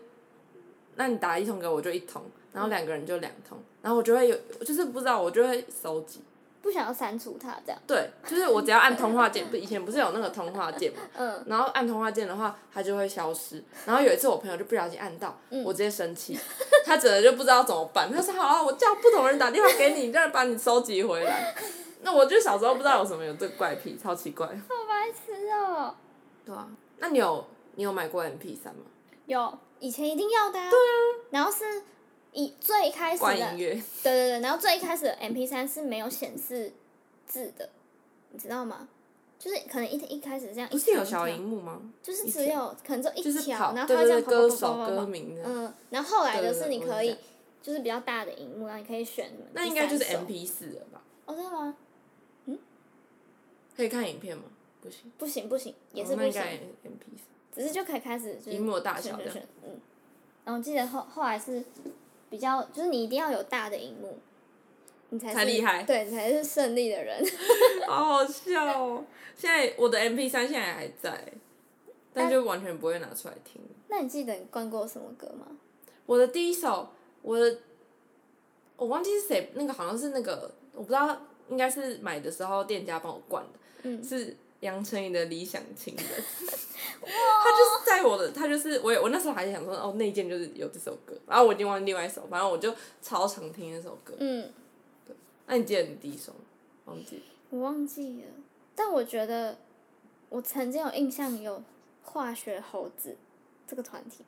[SPEAKER 1] 那你打一通给我，我就一通，然后两个人就两通，然后我就会有，就是不知道我就会收集。
[SPEAKER 2] 不想要删除它这样。
[SPEAKER 1] 对，就是我只要按通话键，不以前不是有那个通话键嘛，
[SPEAKER 2] 嗯，
[SPEAKER 1] 然后按通话键的话，它就会消失。然后有一次我朋友就不小心按到，
[SPEAKER 2] 嗯
[SPEAKER 1] 我直接生气，他整个就不知道怎么办。他说：“好啊，我叫不同人打电话给你，让人把你收集回来。”那我就小时候不知道有什么有这个怪癖，超奇怪。
[SPEAKER 2] 白痴哦、
[SPEAKER 1] 对啊，那你有你有买过 MP 三吗？
[SPEAKER 2] 有以前一定要的、啊。对啊。然后是以最开哎始的，
[SPEAKER 1] 关音
[SPEAKER 2] 对
[SPEAKER 1] 乐，
[SPEAKER 2] 对对，然后最一开始的 MP 三是没有显示字的，你知道吗？就是可能一一开始这样一
[SPEAKER 1] 不是有
[SPEAKER 2] 条一
[SPEAKER 1] 小
[SPEAKER 2] 条
[SPEAKER 1] 荧幕吗？
[SPEAKER 2] 就是
[SPEAKER 1] 以
[SPEAKER 2] 只
[SPEAKER 1] 前
[SPEAKER 2] 有可能就
[SPEAKER 1] 就
[SPEAKER 2] 一
[SPEAKER 1] 是
[SPEAKER 2] 条，
[SPEAKER 1] 跑，
[SPEAKER 2] 然后
[SPEAKER 1] 对
[SPEAKER 2] 它会这
[SPEAKER 1] 对对，歌
[SPEAKER 2] 样跑跑跑
[SPEAKER 1] 手
[SPEAKER 2] 跑跑
[SPEAKER 1] 歌
[SPEAKER 2] 跑
[SPEAKER 1] 名的。
[SPEAKER 2] 嗯，然后后来
[SPEAKER 1] 对
[SPEAKER 2] 的
[SPEAKER 1] 对
[SPEAKER 2] 是
[SPEAKER 1] 对
[SPEAKER 2] 你
[SPEAKER 1] 我也
[SPEAKER 2] 可
[SPEAKER 1] 是
[SPEAKER 2] 以就是比较大的荧幕，然后你可以选什么
[SPEAKER 1] 那
[SPEAKER 2] 第
[SPEAKER 1] 应该就是
[SPEAKER 2] 三首
[SPEAKER 1] MP 四了吧？
[SPEAKER 2] 哦，真的吗？
[SPEAKER 1] 可以看影片吗？不行，
[SPEAKER 2] 不行不行，也
[SPEAKER 1] 哦
[SPEAKER 2] 是
[SPEAKER 1] 那
[SPEAKER 2] 不
[SPEAKER 1] 应
[SPEAKER 2] 行，
[SPEAKER 1] 该 MP 四。
[SPEAKER 2] 只是就可以开始就是
[SPEAKER 1] 荧幕的大小
[SPEAKER 2] 选
[SPEAKER 1] 这
[SPEAKER 2] 选
[SPEAKER 1] 样
[SPEAKER 2] 选，嗯。然后我记得后后来是比较，就是你一定要有大的荧幕，你才
[SPEAKER 1] 才
[SPEAKER 2] 是
[SPEAKER 1] 厉害
[SPEAKER 2] 对，你才是胜利的人。
[SPEAKER 1] 好好笑哦！现在我的 MP 三现在还在，但就完全不会拿出来听。
[SPEAKER 2] 那你记得你灌过什么歌吗？
[SPEAKER 1] 我的第一首，我的我忘记是谁，那个好像是那个我不知道，应该是买的时候店家帮我灌的，
[SPEAKER 2] 嗯
[SPEAKER 1] 是杨丞琳的《理想情 人》。他就是在我的，他就是我也我那时候还想说哦，那一件就是有这首歌，然后我已经忘记另外一首，反正我就超常听那首歌。
[SPEAKER 2] 嗯，
[SPEAKER 1] 那、你记得你第一首吗？忘记了
[SPEAKER 2] 我忘记了，但我觉得我曾经有印象有化学猴子这个团体，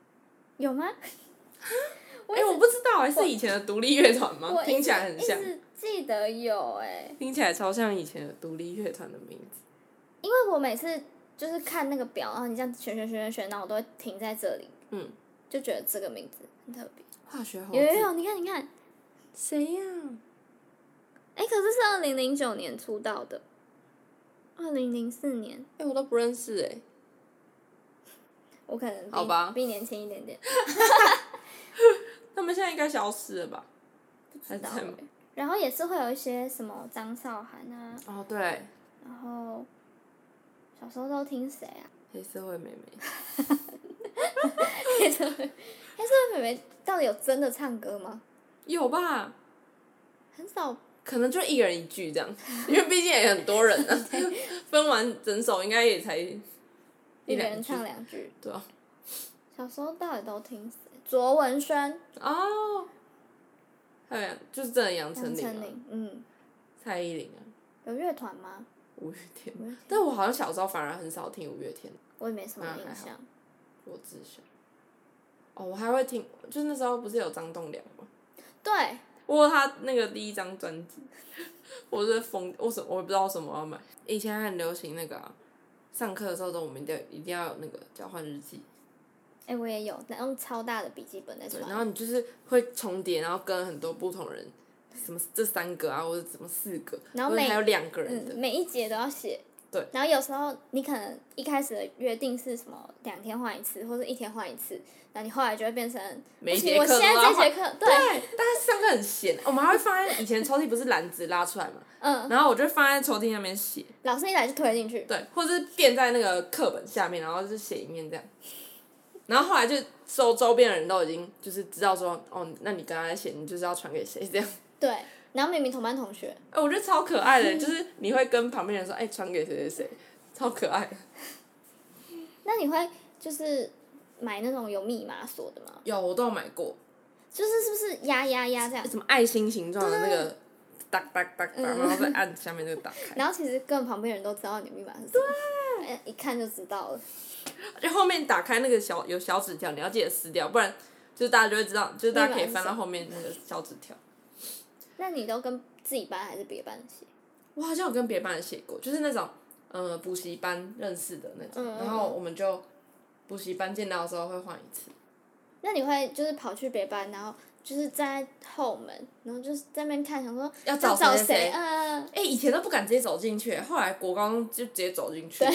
[SPEAKER 2] 有吗？ 我
[SPEAKER 1] 哎、
[SPEAKER 2] 一直
[SPEAKER 1] 我不知道，还是以前的独立乐团吗
[SPEAKER 2] 我？
[SPEAKER 1] 听起来很像
[SPEAKER 2] 一。直记得有哎、
[SPEAKER 1] 听起来超像以前的独立乐团的名字。
[SPEAKER 2] 因为我每次就是看那个表，然后你这样选选选选选，然后我都会停在这里，
[SPEAKER 1] 嗯，
[SPEAKER 2] 就觉得这个名字很特别。
[SPEAKER 1] 化学猴
[SPEAKER 2] 有有有，你看你看，
[SPEAKER 1] 谁呀、
[SPEAKER 2] 哎、可是是二零零九年出道的，二零零四年，
[SPEAKER 1] 哎、我都不认识哎、
[SPEAKER 2] 我可能比
[SPEAKER 1] 好吧
[SPEAKER 2] 比年轻一点点，
[SPEAKER 1] 他们现在应该消失了吧？
[SPEAKER 2] 不知道
[SPEAKER 1] 还在
[SPEAKER 2] 欸
[SPEAKER 1] 吗。
[SPEAKER 2] 然后也是会有一些什么张韶涵啊，
[SPEAKER 1] 哦，对，
[SPEAKER 2] 然后小时候都听谁啊？
[SPEAKER 1] 黑社会妹妹。
[SPEAKER 2] 黑社会，黑社会妹妹到底有真的唱歌吗？
[SPEAKER 1] 有吧？
[SPEAKER 2] 很少，
[SPEAKER 1] 可能就一人一句这样， 因为毕竟也很多 人啊，分完整首应该也才一
[SPEAKER 2] 一个
[SPEAKER 1] 两
[SPEAKER 2] 人
[SPEAKER 1] 句
[SPEAKER 2] 唱两句。
[SPEAKER 1] 对啊。
[SPEAKER 2] 小时候到底都听谁？卓文萱、
[SPEAKER 1] 哦，还有杨就是真的杨丞
[SPEAKER 2] 杨
[SPEAKER 1] 琳、
[SPEAKER 2] 丞
[SPEAKER 1] 啊、
[SPEAKER 2] 琳，嗯，
[SPEAKER 1] 蔡依林啊、
[SPEAKER 2] 有乐团吗？
[SPEAKER 1] 五月天。
[SPEAKER 2] 五月天
[SPEAKER 1] 但我好像小时候反而很少听五月天。
[SPEAKER 2] 我也没什么
[SPEAKER 1] 嗯嗯
[SPEAKER 2] 印
[SPEAKER 1] 还好
[SPEAKER 2] 象。
[SPEAKER 1] 罗志祥。哦，我还会听，就是那时候不是有张栋梁吗？
[SPEAKER 2] 对，
[SPEAKER 1] 我有他那个第一张专辑， 我是疯，我什我也不知道什么要买。以前还很流行那个、啊，上课的时候都我们一定要一定要有那个交换日记，
[SPEAKER 2] 哎、我也有，但用超大的笔记本在
[SPEAKER 1] 对
[SPEAKER 2] 传，。
[SPEAKER 1] 然后你就是会重叠，然后跟很多不同人，什么这三个啊，或者什么四个，
[SPEAKER 2] 然后
[SPEAKER 1] 或者
[SPEAKER 2] 每
[SPEAKER 1] 还有两个人的，
[SPEAKER 2] 嗯，每一节都要写。
[SPEAKER 1] 对。
[SPEAKER 2] 然后有时候你可能一开始的约定是什么两天换一次，或者一天换一次，然后你后来就会变成，
[SPEAKER 1] 每
[SPEAKER 2] 不
[SPEAKER 1] 一
[SPEAKER 2] 行，
[SPEAKER 1] 节
[SPEAKER 2] 我
[SPEAKER 1] 课
[SPEAKER 2] 现在
[SPEAKER 1] 都要
[SPEAKER 2] 这
[SPEAKER 1] 换
[SPEAKER 2] 节。课，
[SPEAKER 1] 对，但是上课很闲，我们还会放在以前抽屉不是篮子拉出来嘛，
[SPEAKER 2] 嗯，
[SPEAKER 1] 然后我就放在抽屉那边写，
[SPEAKER 2] 老师一来就推进去。
[SPEAKER 1] 对，或者是垫在那个课本下面，然后就是写一面这样。然后后来就周周边的人都已经就是知道说，哦，那你刚才写，你就是要传给谁这样。
[SPEAKER 2] 对。然后明明同班同学，
[SPEAKER 1] 哎、我觉得超可爱的，就是你会跟旁边人说，哎、传给谁谁谁，超可爱的。
[SPEAKER 2] 那你会就是买那种有密码锁的吗？
[SPEAKER 1] 有，我都有买过，
[SPEAKER 2] 就是是不是压压压这样？
[SPEAKER 1] 哎什么爱心形状的那个，哒哒哒哒，
[SPEAKER 2] 嗯
[SPEAKER 1] 然后再按下面那个打开，
[SPEAKER 2] 然后其实跟旁边人都知道你的密码是什么，哎一看就知道了。
[SPEAKER 1] 就后面打开那个小有小纸条，你要记得撕掉，不然就是大家就会知道，就是大家可以翻到后面那个小纸条。
[SPEAKER 2] 那你都跟自己班还是别班写？
[SPEAKER 1] 我好像有跟别班人写过，就是那种呃补习班认识的那种，
[SPEAKER 2] 嗯嗯嗯
[SPEAKER 1] 然后我们就补习班见到的时候会换一次。
[SPEAKER 2] 那你会就是跑去别班，然后就是站在后门，然后就是在那边看，想说
[SPEAKER 1] 要找
[SPEAKER 2] 找
[SPEAKER 1] 谁谁谁
[SPEAKER 2] 嗯、
[SPEAKER 1] 哎、以前都不敢直接走进去，后来国高中就直接走进去，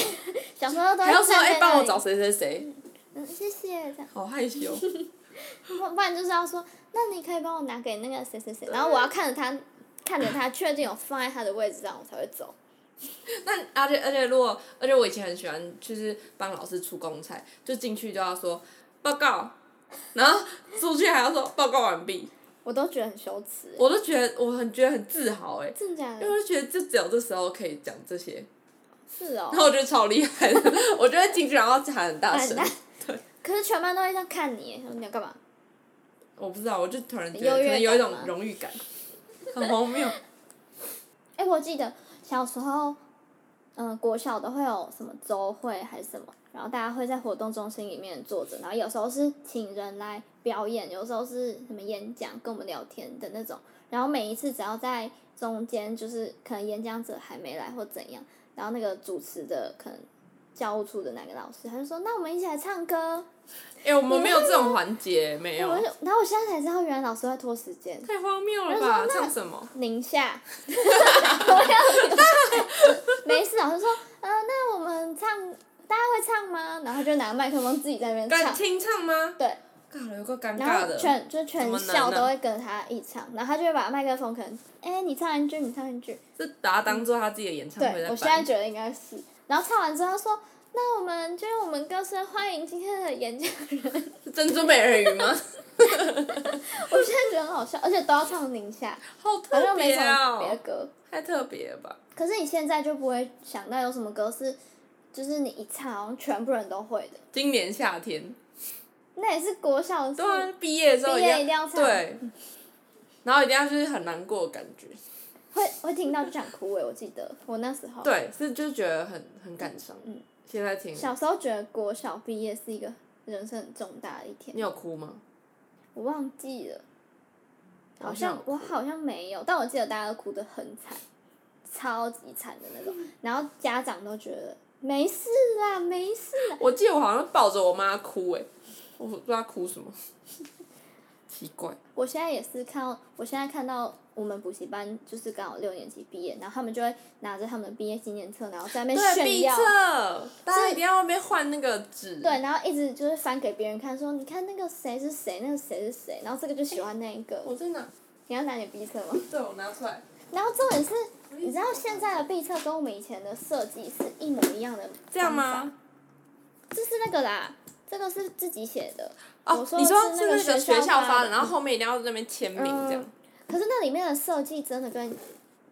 [SPEAKER 2] 小时候都
[SPEAKER 1] 还要说
[SPEAKER 2] 站在
[SPEAKER 1] 哎帮、
[SPEAKER 2] 那
[SPEAKER 1] 我
[SPEAKER 2] 里
[SPEAKER 1] 找谁谁谁，
[SPEAKER 2] 嗯，谢谢这样，
[SPEAKER 1] 好害羞。
[SPEAKER 2] 不不然就是要说，那你可以帮我拿给那个谁谁谁，然后我要看着他，看着他确定有放在他的位置上，我才会走。
[SPEAKER 1] 那而且而且如果而且我以前很喜欢就是帮老师出公差，就进去就要说报告，然后出去还要说报告完毕，
[SPEAKER 2] 我都觉得很羞耻，
[SPEAKER 1] 我都觉得我很觉得很自豪哎、
[SPEAKER 2] 真的假
[SPEAKER 1] 因为
[SPEAKER 2] 的？
[SPEAKER 1] 我就觉得就只有这时候可以讲这些，
[SPEAKER 2] 是哦
[SPEAKER 1] 然，后我觉得超厉害的， 我就会进去然后喊很大声
[SPEAKER 2] 很，大 可是全班都会这样看你，想说你要干嘛？
[SPEAKER 1] 我不知道，我就突然觉
[SPEAKER 2] 优
[SPEAKER 1] 得
[SPEAKER 2] 越
[SPEAKER 1] 可能有一
[SPEAKER 2] 感
[SPEAKER 1] 种
[SPEAKER 2] 吗
[SPEAKER 1] 荣誉感，很荒谬。
[SPEAKER 2] 哎、我记得小时候，嗯、国小都会有什么周会还是什么，然后大家会在活动中心里面坐着，然后有时候是请人来表演，有时候是什么演讲，跟我们聊天的那种。然后每一次只要在中间，就是可能演讲者还没来或怎样，然后那个主持的可能教务处的哪个老师，他就说：“那我们一起来唱歌。
[SPEAKER 1] 哎、我们没有这种环节，没有
[SPEAKER 2] 我，就然后我现在才知道，原来老师会拖时间。
[SPEAKER 1] 太荒谬了
[SPEAKER 2] 我就
[SPEAKER 1] 吧？
[SPEAKER 2] 说那
[SPEAKER 1] 唱什么？
[SPEAKER 2] 宁夏， 我要没事，老师说，呃，那我们唱，大家会唱吗？然后就拿麦克风自己在那边
[SPEAKER 1] 敢
[SPEAKER 2] 唱，
[SPEAKER 1] 清唱吗？
[SPEAKER 2] 对，
[SPEAKER 1] 尬了，有个尴
[SPEAKER 2] 然
[SPEAKER 1] 尬
[SPEAKER 2] 后
[SPEAKER 1] 的。
[SPEAKER 2] 全就是
[SPEAKER 1] 怎
[SPEAKER 2] 全
[SPEAKER 1] 么能
[SPEAKER 2] 校
[SPEAKER 1] 呢
[SPEAKER 2] 都会跟他一起唱，然后他就会把麦克风可能，哎，你唱一句，你唱一句，
[SPEAKER 1] 就把它当做他自己的演唱会
[SPEAKER 2] 对
[SPEAKER 1] 在
[SPEAKER 2] 我现在
[SPEAKER 1] 办。
[SPEAKER 2] 觉得应该是，然后唱完之后他说，那我们就用我们歌声欢迎今天的演讲 人，
[SPEAKER 1] 是珍珠美人鱼吗？
[SPEAKER 2] 我现在觉得很好笑，而且都要唱宁夏，
[SPEAKER 1] 好
[SPEAKER 2] 好
[SPEAKER 1] 特
[SPEAKER 2] 像没
[SPEAKER 1] 别
[SPEAKER 2] 什么别的
[SPEAKER 1] 哦，
[SPEAKER 2] 歌。
[SPEAKER 1] 太特别了吧？
[SPEAKER 2] 可是你现在就不会想到有什么歌是，就是你一唱好像全部人都会的，
[SPEAKER 1] 今年夏天，
[SPEAKER 2] 那也是国小的事
[SPEAKER 1] 对。啊，毕业的时候
[SPEAKER 2] 嗯毕业一定要唱
[SPEAKER 1] 对，然后一定要就是很难过的感觉，
[SPEAKER 2] 会会听到就想哭诶、欸我记得我那时候，
[SPEAKER 1] 对，是就觉得很很感伤。
[SPEAKER 2] 嗯
[SPEAKER 1] 现在听，
[SPEAKER 2] 小时候觉得国小毕业是一个人生很重大的一天
[SPEAKER 1] 你，有哭吗？
[SPEAKER 2] 我忘记了，
[SPEAKER 1] 好
[SPEAKER 2] 好像
[SPEAKER 1] 像
[SPEAKER 2] 我好像没有，但我记得大家都哭得很惨，超级惨的那种，然后家长都觉得没事啦，没事啦，
[SPEAKER 1] 我记得我好像抱着我妈哭、欸，我不知道她哭 什么，奇怪。
[SPEAKER 2] 我现在也是看到，我现在看到我们补习班就是刚好六年级毕业，然后他们就会拿着他们的毕业纪念册，然后在那边
[SPEAKER 1] 对，
[SPEAKER 2] 炫
[SPEAKER 1] 毕
[SPEAKER 2] 耀，
[SPEAKER 1] 测，大家一定要那边换那个纸。
[SPEAKER 2] 对，然后一直就是翻给别人看，说你看那个谁是谁，那个谁是谁，然后这个就喜欢那一个。
[SPEAKER 1] 哎我在哪？
[SPEAKER 2] 你要拿你的毕册吗？
[SPEAKER 1] 对，我拿出来。
[SPEAKER 2] 然后重点是，你知道现在的毕册跟我们以前的设计是一模一样的，
[SPEAKER 1] 这样？吗？
[SPEAKER 2] 这是那个啦，这个是自己写的。
[SPEAKER 1] 哦
[SPEAKER 2] 我，说
[SPEAKER 1] 你说是
[SPEAKER 2] 是那
[SPEAKER 1] 那
[SPEAKER 2] 个
[SPEAKER 1] 个
[SPEAKER 2] 学
[SPEAKER 1] 学
[SPEAKER 2] 校
[SPEAKER 1] 校
[SPEAKER 2] 发
[SPEAKER 1] 发
[SPEAKER 2] 的
[SPEAKER 1] 的，然后后面一定要在那边签名这样
[SPEAKER 2] 嗯，可是那里面的设计真的跟，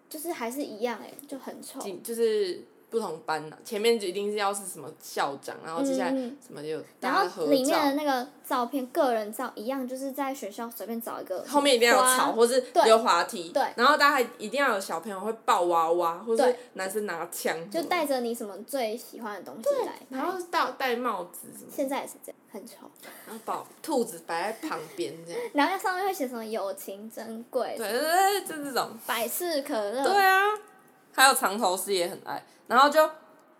[SPEAKER 2] 就是还是一样哎、就很丑。
[SPEAKER 1] 仅就是不同班呐、前面就一定是要是什么校长，然后接下来
[SPEAKER 2] 嗯
[SPEAKER 1] 什么就
[SPEAKER 2] 然
[SPEAKER 1] 大家的
[SPEAKER 2] 后
[SPEAKER 1] 合
[SPEAKER 2] 里面
[SPEAKER 1] 照，
[SPEAKER 2] 的那个照片，个人照一样，就是在学校随便找一个，
[SPEAKER 1] 后面一定要有草或是
[SPEAKER 2] 对
[SPEAKER 1] 溜滑梯，
[SPEAKER 2] 对
[SPEAKER 1] 然后大家还一定要有小朋友会抱娃娃，或是
[SPEAKER 2] 对
[SPEAKER 1] 男生拿枪什么的，
[SPEAKER 2] 就带着你什么最喜欢的东西来拍。
[SPEAKER 1] 然后戴戴帽子什么的，
[SPEAKER 2] 现在也是这样，很丑。
[SPEAKER 1] 然后把兔子摆在旁边这样，
[SPEAKER 2] 然后上面会写什么友情珍贵，
[SPEAKER 1] 对对对，对就这种。
[SPEAKER 2] 百事可乐，
[SPEAKER 1] 对啊，还有长头丝也很爱，然后就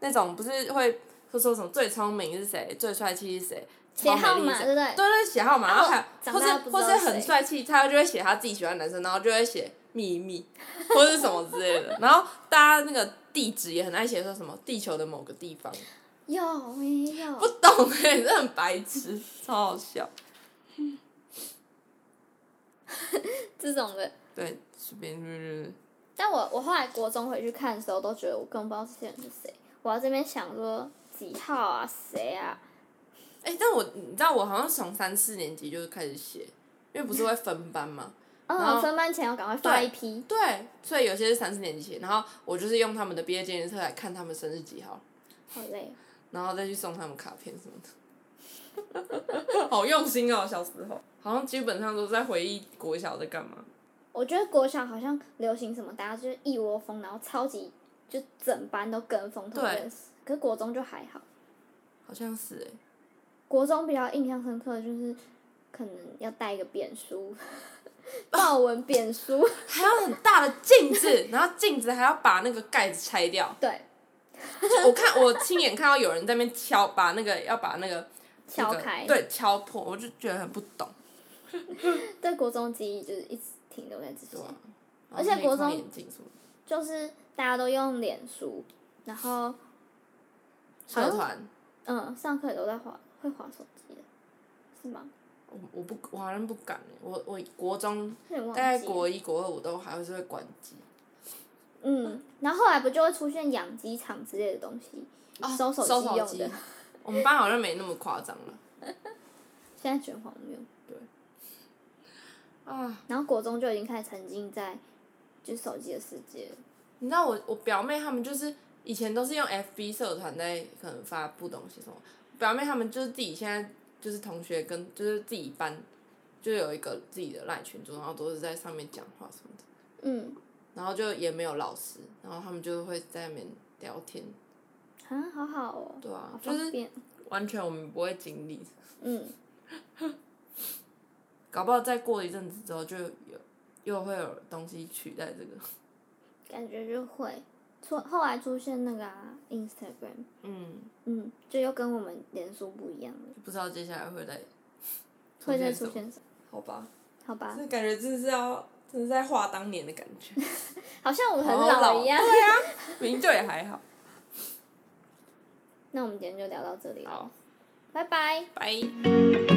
[SPEAKER 1] 那种不是会会说什么最聪明是谁，最帅气是谁，
[SPEAKER 2] 写
[SPEAKER 1] 超
[SPEAKER 2] 号
[SPEAKER 1] 美丽
[SPEAKER 2] 码
[SPEAKER 1] 是
[SPEAKER 2] 对
[SPEAKER 1] 谁
[SPEAKER 2] 不对？
[SPEAKER 1] 对对，写号码，然后还
[SPEAKER 2] 长
[SPEAKER 1] 或
[SPEAKER 2] 大
[SPEAKER 1] 是
[SPEAKER 2] 不知道
[SPEAKER 1] 或是很
[SPEAKER 2] 谁
[SPEAKER 1] 帅气，他就会写他自己喜欢的男生，然后就会写秘密或是什么之类 的，然后大家那个地址也很爱写说什么地球的某个地 方，
[SPEAKER 2] 有没有
[SPEAKER 1] 不？懂哎、欸，这很白痴，超好笑。
[SPEAKER 2] 这种的。
[SPEAKER 1] 对，随便就是
[SPEAKER 2] 但我我后来国中回去看的时候，都觉得我根本不知道这些人是谁。我要这边想说几号啊，谁啊？
[SPEAKER 1] 哎、但我你知道我好像从三四年级就开始写，因为不是会分班嘛。然
[SPEAKER 2] 嗯，
[SPEAKER 1] 后
[SPEAKER 2] 分班前要赶快发
[SPEAKER 1] 对
[SPEAKER 2] 一批。
[SPEAKER 1] 对，所以有些是三四年级写，然后我就是用他们的毕业纪念册来看他们生日几号，
[SPEAKER 2] 好累哦，
[SPEAKER 1] 然后再去送他们卡片什么的。 好用心哦，小时候好像基本上都在回忆国小在干嘛。
[SPEAKER 2] 我觉得国小好像流行什么，大家就是一窝蜂，然后超级就整班都跟风同
[SPEAKER 1] 对
[SPEAKER 2] 认识。可是国中就还好，
[SPEAKER 1] 好像是哎、
[SPEAKER 2] 国中比较印象深刻的就是可能要带一个扁书，豹纹扁书，
[SPEAKER 1] 还有很大的镜子， 然后镜子还要把那个盖子拆掉。
[SPEAKER 2] 对，
[SPEAKER 1] 就我看我亲眼看到有人在那边敲，把那个要把那个那
[SPEAKER 2] 敲
[SPEAKER 1] 个
[SPEAKER 2] 开。
[SPEAKER 1] 对敲破，我就觉得很不懂。
[SPEAKER 2] 对国中记忆就是一直停留在这些
[SPEAKER 1] 对、，啊，
[SPEAKER 2] 而且
[SPEAKER 1] 然后
[SPEAKER 2] 国中
[SPEAKER 1] 黑框眼镜什么的
[SPEAKER 2] 就是大家都用脸书，然后
[SPEAKER 1] 社团，
[SPEAKER 2] 嗯，上课也都在滑，会滑手机的，是吗？
[SPEAKER 1] 我我不我好像不敢欸，我我国中
[SPEAKER 2] 有点忘
[SPEAKER 1] 大
[SPEAKER 2] 记
[SPEAKER 1] 概
[SPEAKER 2] 了
[SPEAKER 1] 国一国二我都还是会关机。
[SPEAKER 2] 嗯，然后后来不就会出现养鸡场之类的东西，
[SPEAKER 1] 啊
[SPEAKER 2] 收手机用
[SPEAKER 1] 机
[SPEAKER 2] 的，
[SPEAKER 1] 我们班好像没那么夸张了。
[SPEAKER 2] 现在觉得荒谬。
[SPEAKER 1] 啊，
[SPEAKER 2] 然后国中就已经开始沉浸在就手机的世界了，
[SPEAKER 1] 你知道我我表妹他们就是以前都是用 FB 社团在可能发布东西什么，表妹他们就是自己现在就是同学跟就是自己班就有一个自己的赖群组，然后都是在上面讲话什么的，
[SPEAKER 2] 嗯，
[SPEAKER 1] 然后就也没有老师，然后他们就会在那边聊天，
[SPEAKER 2] 啊，好好哦，
[SPEAKER 1] 对啊
[SPEAKER 2] 好，
[SPEAKER 1] 就
[SPEAKER 2] 方
[SPEAKER 1] 是
[SPEAKER 2] 便，
[SPEAKER 1] 完全我们不会经历，
[SPEAKER 2] 嗯，
[SPEAKER 1] 搞不好再过一阵子之后就有又会有东西取代这个，
[SPEAKER 2] 感觉就会出后来出现那个、啊、Instagram，
[SPEAKER 1] 嗯，
[SPEAKER 2] 嗯，就又跟我们脸书不一样了，
[SPEAKER 1] 不知道接下来会再
[SPEAKER 2] 会再
[SPEAKER 1] 什
[SPEAKER 2] 出
[SPEAKER 1] 么，
[SPEAKER 2] 现什么？
[SPEAKER 1] 好吧，
[SPEAKER 2] 好吧，
[SPEAKER 1] 这感觉真的是要真的是在画当年的感 觉。
[SPEAKER 2] 好像我们很
[SPEAKER 1] 好老哦
[SPEAKER 2] 一样。
[SPEAKER 1] 明就也还好。
[SPEAKER 2] 那我们今天就聊到这里了，
[SPEAKER 1] 好，
[SPEAKER 2] 拜拜。
[SPEAKER 1] 拜。